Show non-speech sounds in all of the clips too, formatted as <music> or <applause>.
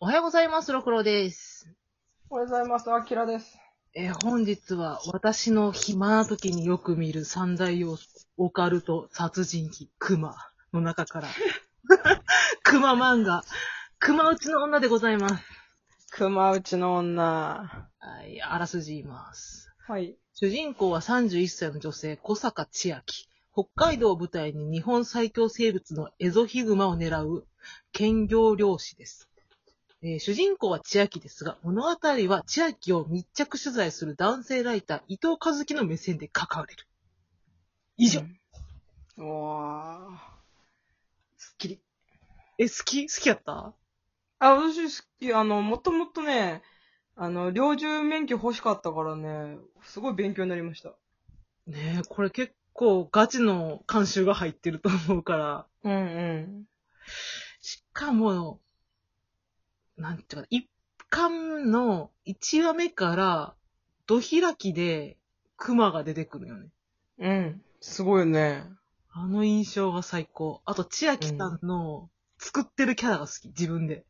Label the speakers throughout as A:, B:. A: おはようございます、ろくろです。
B: おはようございます。あきらです。
A: えー、本日は私の暇な時によく見る三大要素、オカルト、殺人鬼、熊の中から、熊漫画、熊打ちの女でございます。
B: 熊内の女。
A: はい、あらすじ言います。
B: はい。
A: 主人公は31歳の女性、小坂千秋。北海道を舞台に日本最強生物のエゾヒグマを狙う兼業漁師です。えー主人公は千秋ですが、物語は千秋を密着取材する男性ライター、伊藤和樹の目線で書かれる。以上。
B: うん。うわー。すっきり。
A: え、好き好きやった
B: あ、私すっきり、あの、もともとね、あの、猟銃免許欲しかったからね、すごい勉強になりました。
A: ねえ、これ結構ガチの監修が入ってると思うから。
B: うんうん。
A: しかも、なんていうかな、一巻の一話目から、ド開きで、熊が出てくるよね。
B: うん。すごいよね。
A: あの印象が最高。あと、千秋さんの作ってるキャラが好き、自分で。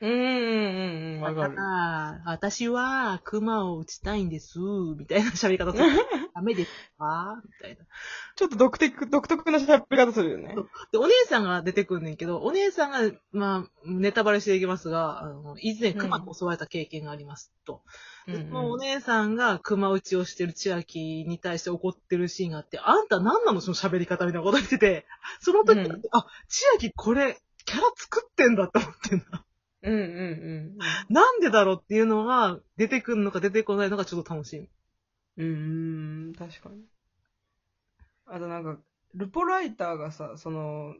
B: うんうんうんうん。わかる。
A: ああ、私は熊を撃ちたいんです、みたいな喋り方
B: <laughs>
A: する。ダメですかみたいな。
B: <laughs> ちょっと独特、独特な喋り方するよね。
A: で、お姉さんが出てくんねんけど、お姉さんが、まあ、ネタバレしていきますが、あの、以前熊に襲われた経験があります、と。
B: うん
A: で
B: うん
A: そのお姉さんが熊打ちをしてる千秋に対して怒ってるシーンがあって、あんた何なのその喋り方みたいなこと言ってて、 <laughs> その時、
B: うん
A: あ、千秋これ、キャラ作ってんだ <laughs> って思ってんな。
B: うんうん
A: なんでだろうっていうのが、出てくるのか出てこないのかちょっと楽しみ。
B: うん。うん、確かに。あとなんか、ルポライターがさ、その、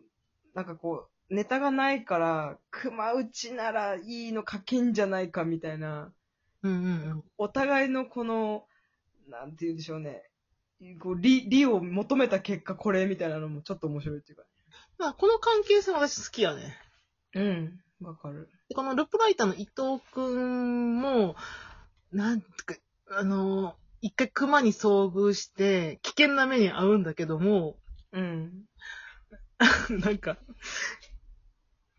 B: なんかこう、ネタがないから、熊内ならいいの書けんじゃないかみたいな、
A: うんうん
B: お互いのこの、なんて言うんでしょうね、こう理理を求めた結果これみたいなのもちょっと面白いっていうか。
A: まあ、この関係性は私好きやね。
B: うん、わかる。
A: でこのルプライターの伊藤くんも、なんてか、あの、一回熊に遭遇して、危険な目に遭うんだけども、
B: うん。
A: <laughs> なんか、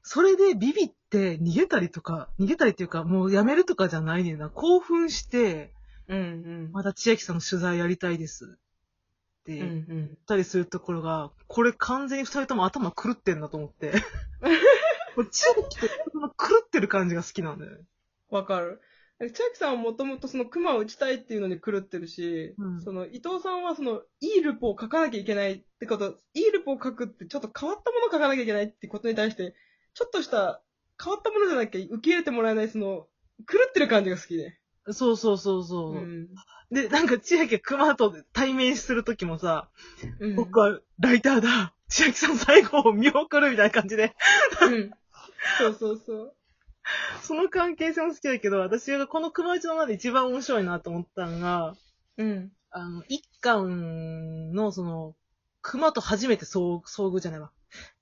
A: それでビビって逃げたりとか、逃げたりっていうか、もうやめるとかじゃないねんな。興奮して、
B: うんうん。
A: また千秋さんの取材やりたいです。って
B: う
A: 言っ
B: ん
A: たりするところが、これ完全に二人とも頭狂ってんなと思 <laughs> って。これ千秋ってこの狂ってる感じが好きなんだよね。
B: わかる。千秋さんはもともとその熊を打ちたいっていうのに狂ってるし、
A: うん
B: その伊藤さんはそのいいルポを書かなきゃいけないってこと、いいルポを書くってちょっと変わったものを書かなきゃいけないってことに対して、ちょっとした変わったものじゃなきゃ受け入れてもらえないその狂ってる感じが好きで。
A: そうそうそうそう。
B: うん。
A: で、なんか千秋が熊と対面するときもさ、
B: うん
A: 僕はライターだ。千秋さん最後を見送るみたいな感じで。
B: うんそうそうそう。
A: その関係性も好きだけど、私がこの熊内の中で一番面白いなと思ったのが、
B: うん。
A: あの、一巻のその、熊と初めて遭遭遇じゃないわ。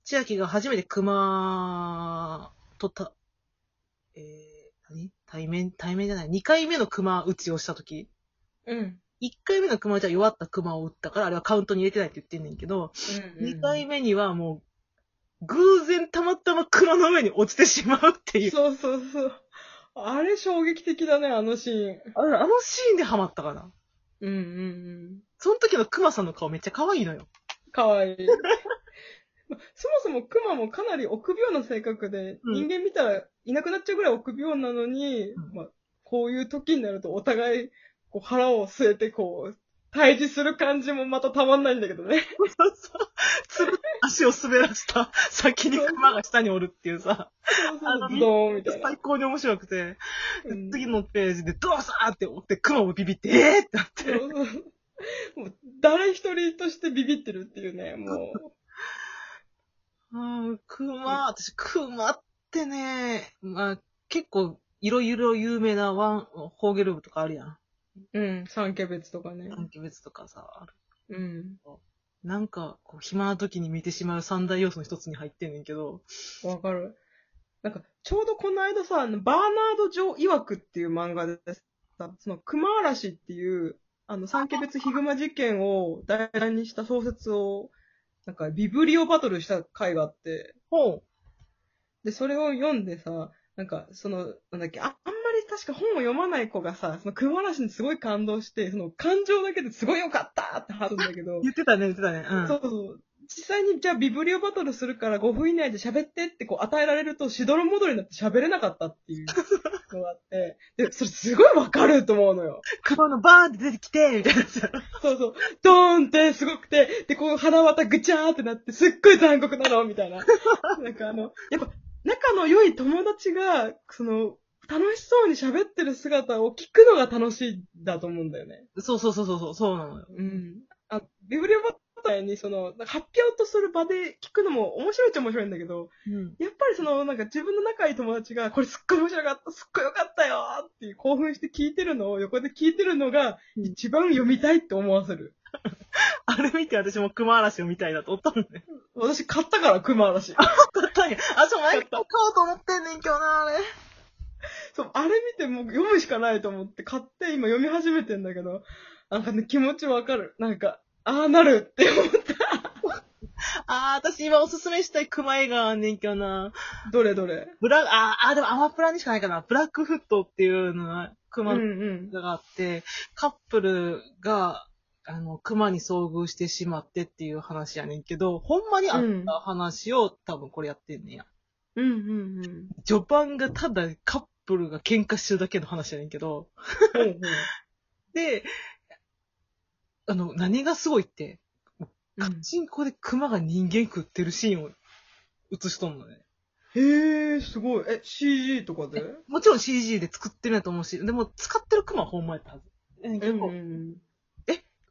A: 千秋が初めて熊とた、えー、何対面、対面じゃない。二回目の熊打ちをした時。
B: うん。
A: 一回目の熊打ちは弱った熊を打ったから、あれはカウントに入れてないって言ってんねんけど、二回目にはもう、偶然たまたま熊の上に落ちてしまうっていう。
B: そうそうそう。あれ衝撃的だね、あのシーン。
A: あのシーンでハマったかな。
B: うんうんうん。
A: その時の熊さんの顔めっちゃ可愛いのよ。 <laughs>
B: かわいい。まそもそもクマもかなり臆病な性格で、
A: うん
B: 人間見たらいなくなっちゃうぐらい臆病なのに、
A: うん
B: まあ、こういう時になるとお互いこう腹を据えてこう、対峙する感じもまたたまんないんだけどね。
A: つる足を滑らした先に熊が下におるっていうさ、
B: そう
A: あの
B: そう、ドーンみたいな。
A: 最高に面白くて、
B: うん
A: 次のページでドサーって追って熊もビビって、えーってなっ
B: そう
A: て。
B: そうもう誰一人としてビビってるっていうね、もう。
A: うん、熊、私熊ってね、まあ結構いろいろ有名なワン、ホーゲル部とかあるやん。
B: うん、三毛別とかね。
A: 関係別とかさ、ある。
B: うん。
A: なんか、こう、暇な時に見てしまう三大要素の一つに入ってんねんけど。
B: わかる。なんか、ちょうどこの間さ、あのバーナード・ジョー曰くっていう漫画でさ、その、熊嵐っていう、あの、三家別ヒグマ事件を題材にした小説を、なんか、ビブリオバトルした回があって、
A: ほう。
B: で、それを読んでさ、なんか、その、なんだっけ、あ、あんまり確か本を読まない子がさ、その熊嵐にすごい感動して、その感情だけですごい良かったってはるんだけど、
A: 言ってたね、言ってたね。うん。
B: そうそう。実際に、じゃあビブリオバトルするから5分以内で喋ってってこう与えられると、しどろもどりになって喋れなかったっていうのがあって、で、それすごいわかると思うのよ。
A: 熊のバーンって出てきて、みたいなさ。
B: そうそう。ドーンってすごくて、で、こう腹渡ぐちゃーってなって、すっごい残酷なの、みたいな。なんかあの、やっぱ、仲の良い友達が、その、楽しそうに喋ってる姿を聞くのが楽しいんだと思うんだよね。
A: そうそうそうそう、そうなのよ。
B: うん。あ、ビブリオバトルにその、なんか発表とする場で聞くのも面白いっちゃ面白いんだけど、
A: うん。
B: やっぱりその、なんか自分の仲いい友達が、これすっごい面白かった、すっごい良かったよーっていう興奮して聞いてるのを横で聞いてるのが、
A: うん
B: 一番読みたいって思わせる。
A: あれ見て私も熊嵐を見たいなと思ったのね。
B: 私買ったから、熊 <laughs> 嵐。
A: 買ったんや。あ、そう、なんか買おうと思ってんねん、今日な、あれ。
B: そう、あれ見てもう読むしかないと思って買って今読み始めてんだけど、なんかね、気持ちわかる。なんか、ああなるって思った。
A: あー、私今おすすめしたい熊映画あんねん、今日な。
B: どれどれ。
A: ブラ、あー、あーでもアマプラにしかないかな。ブラックフットっていうのが、
B: うん
A: 熊
B: う
A: の映
B: ん。
A: 画があって、カップルが、あの、熊に遭遇してしまってっていう話やねんけど、ほんまにあった話を、多分これやってんねんや。
B: うんうんうん。
A: 序盤がただカップルが喧嘩してるだけの話やねんけど、
B: ほうほう
A: で、あの、何がすごいって、
B: う
A: カ
B: ん
A: チンコで熊が人間食ってるシーンを映しとんのね。
B: へえ、すごい。え、CG とかで
A: もちろん CG で作ってるんやと思うし、でも使ってる熊はほんまやったはず。え
B: う
A: 結
B: んう
A: 構
B: ん。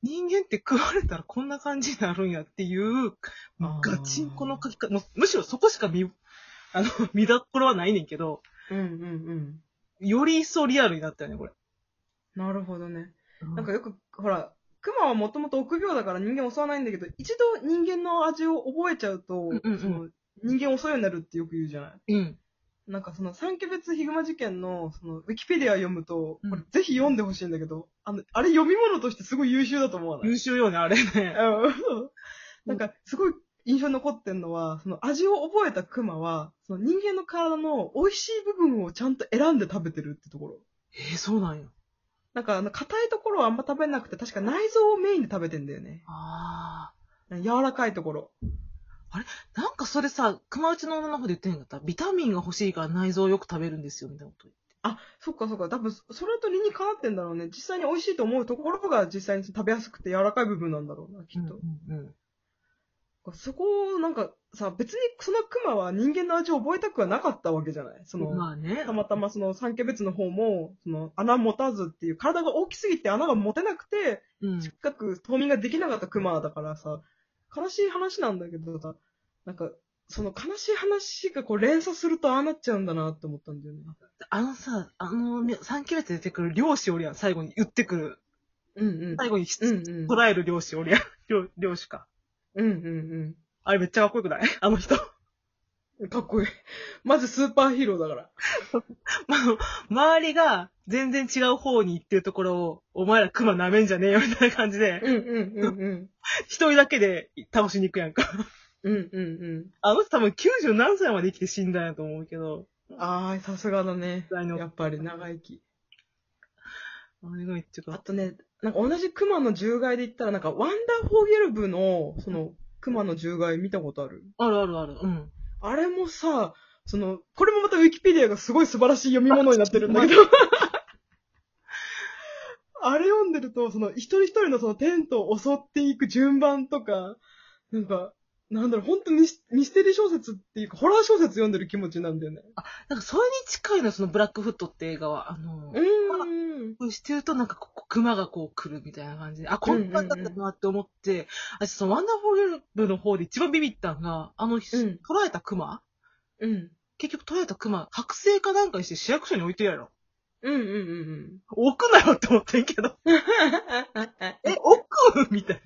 A: 人間って食われたらこんな感じになるんやっていう、
B: あー
A: ガチンコの書き方、もうむしろそこしか見、あの、見どころはないねんけど、
B: うんうんうん。
A: より一層リアルになったよね、これ。
B: なるほどね。
A: な
B: なんん
A: か
B: かよく、ほら、熊はもともと臆病だから人間を襲わないんだけど、一度人間の味を覚えちゃうと、
A: んうんうん
B: その人間を襲うようになるってよく言うじゃない
A: うん。
B: なんかその産気別ヒグマ事件のそのウィキペディア読むと、
A: うん
B: これぜひ読んでほしいんだけど、あの、あれ読み物としてすごい優秀だと思わない
A: 優秀よね、あれね。
B: うんそうなんかすごい印象に残ってんのは、その味を覚えたクマは、その人間の体の美味しい部分をちゃんと選んで食べてるってところ。
A: えー、そうなんや。
B: なんかあの硬いところはあんま食べなくて、確か内臓をメインで食べてんだよね。
A: あ
B: 柔らかいところ。
A: ー。なんかそれさ、熊内の女の方で言ってんかった。ビタミンが欲しいから内臓をよく食べるんですよ、みたいなこと
B: あ、そっかそっか。多分、それと理にかなってんだろうね。実際に美味しいと思うところが実際に食べやすくて柔らかい部分なんだろうな、き
A: 言
B: っ
A: って
B: と。
A: うんうんうん。
B: そこをなんかさ、別にそのクマは人間の味を覚えたくはなかったわけじゃないその、
A: まあね。
B: たまたまその三毛別の方も、その穴持たずっていう、体が大きすぎて穴が持てなくて、
A: うん。
B: 近く冬眠ができなかったクマだからさ、悲しい話なんだけどさ、なんか、その悲しい話がこう連鎖するとああなっちゃうんだなって思ったんだよね。
A: あのさ、あの、3キロって出てくる漁師おるやん、最後に言ってくる。
B: うんうん。
A: 最後にひ
B: うんうん。
A: 捉える漁師おるやん。 <laughs> 漁漁師か。
B: うんうん
A: あれめっちゃかっこよくない <laughs> あの人。
B: うん。かっこいい。マジスーパーヒーローだから。
A: まあ、周りが全然違う方に行ってるところを、お前らクマ舐めんじゃねえよみたいな感じで、
B: うんうんうんうん。
A: 一人だけで倒しに行くやんか。
B: うんうん
A: あの人多分90何歳まで生きて死んだんやと思うけど、
B: うん。ああ、さすがだね。
A: あ
B: や
A: の、
B: っぱり長生き。
A: あれがめっちゃか
B: あ
A: っ
B: とね、なんか同じ熊の獣害で言ったら、なんかワンダーフォーゲル部の、その、熊の獣害見たことある
A: あるあるある。うん。
B: あれもさ、その、これもまたウィキペディアがすごい素晴らしい読み物になってるんだけど。あれ読んでると、その、一人一人のそのテントを襲っていく順番とか、なんか、なんだろう、ほんとミスミステリー小説っていうか、ホラー小説読んでる気持ちなんだよね。
A: なんかそれに近いの、そのブラックフットって映画は。あの、
B: うーん。
A: してるとなんかこう、熊がこう来るみたいな感じで、あ、こんなんだったなって思って、私そのワンダーフォーゲル部の方で一番ビビったんが、あの、捉えた熊
B: うん。
A: 結局捉えた熊、剥製かなんかにして市役所に置いてるやろ。
B: うんうんうん
A: 置くなよって思ってんけど。
B: うん。
A: え、置くみたいな。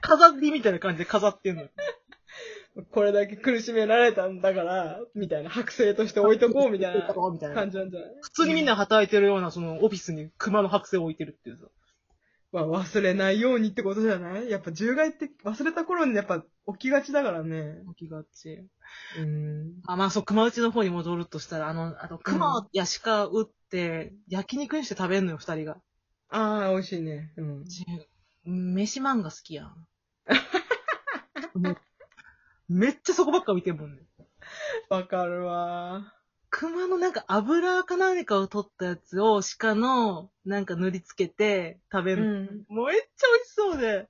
A: 飾りみたいな感じで飾ってんの。
B: これだけ苦しめられたんだから、みたいな、剥製として置いとこう、みたい
A: <laughs> 置
B: <laughs>
A: いと
B: な
A: こうみたいな。
B: 感じなんじゃない
A: 普通にみんな働いてるような、その、オフィスに熊の剥製を置いてるっていうさ。
B: まあ忘れないようにってことじゃないやっぱ獣害って忘れた頃にやっぱ起きがちだからね。
A: 起きがち。
B: うん。
A: あ、まあそう、熊内の方に戻るとしたら、あの、あの、熊
B: う
A: をヤシカ撃って、焼肉にして食べんのよ、二人が。
B: ああ、美味しいね。うん。
A: じ飯漫画好きやん。 <laughs> もうめっちゃそこばっか見てんもんね。
B: わかるわ
A: 熊のなんか油か何かを取ったやつを鹿のなんか塗りつけて食べ
B: ー。う
A: る。
B: ん。
A: もうめっちゃ美味しそうで。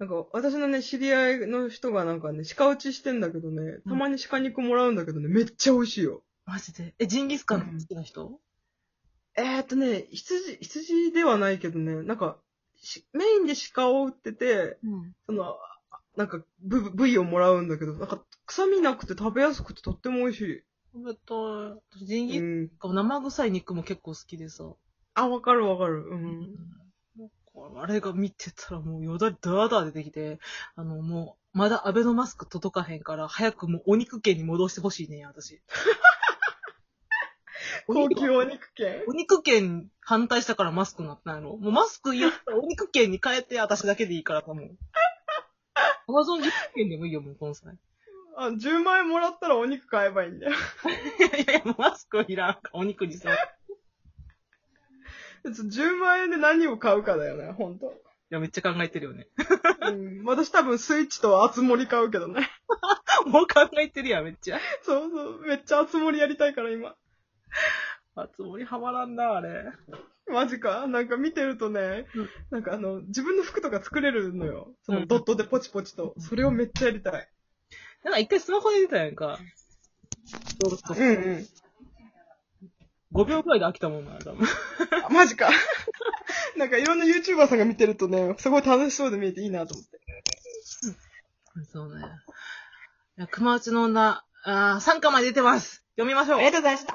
B: なんか、私のね、知り合いの人がなんかね、鹿打ちしてんだけどね、たまに鹿肉もらうんだけどね、めっちゃ美味しいよ。
A: マジで。え、ジンギスカン好きな人、
B: えー、っとね、羊、羊ではないけどね、なんか、しメインで鹿を打ってて、
A: うん。
B: その、あなんか部、部位をもらうんだけど、なんか、臭みなくて食べやすくてとっても美味し
A: 食べたい。ジンギ
B: い。う
A: ス
B: ん。
A: カン、生臭い肉も結構好きでさ。
B: あ、わかるわかる。う。。
A: うんあれが見てたらもうよだれダーダー出てきて、あのもう、まだアベノマスク届かへんから、早くもうお肉券に戻してほしいねん、 <laughs> 私。
B: 高級お肉券
A: お肉券反対したからマスクになってないのもうマスクやったらお肉券に変えて私だけでいいからと思う。アマゾン10券でもいいよ、もうこの際。
B: あ、10万円もらったらお肉買えばいいんだよ。
A: い
B: <laughs>
A: やいや、もうマスクいらん。お肉にさ。い
B: 10万円で何を買うかだよね、ほんと。
A: や、めっちゃ考えてるよね。
B: うん。私多分スイッチと厚盛り買うけどね。 <laughs>
A: もう考えてるやん、めっちゃ。
B: そうそう。めっちゃ厚盛りやりたいから今。
A: あつ森はまらんな、あれ。
B: マジかなんか見てるとね、
A: うん
B: なんかあの、自分の服とか作れるのよ。そ
A: うん
B: のドットでポチポチと。それをめっちゃやりたい。
A: なんか一回スマホで出たやんか。そうそう
B: うんうん。
A: 5秒くらいで飽きたもんな、多分。
B: あマジか。 <laughs> なんかいろんな YouTuber さんが見てるとね、すごい楽しそうで見えていいなと思って。
A: そうね。いや熊内の女、あー、3巻まで出てます。読みましょう。
B: とうございました。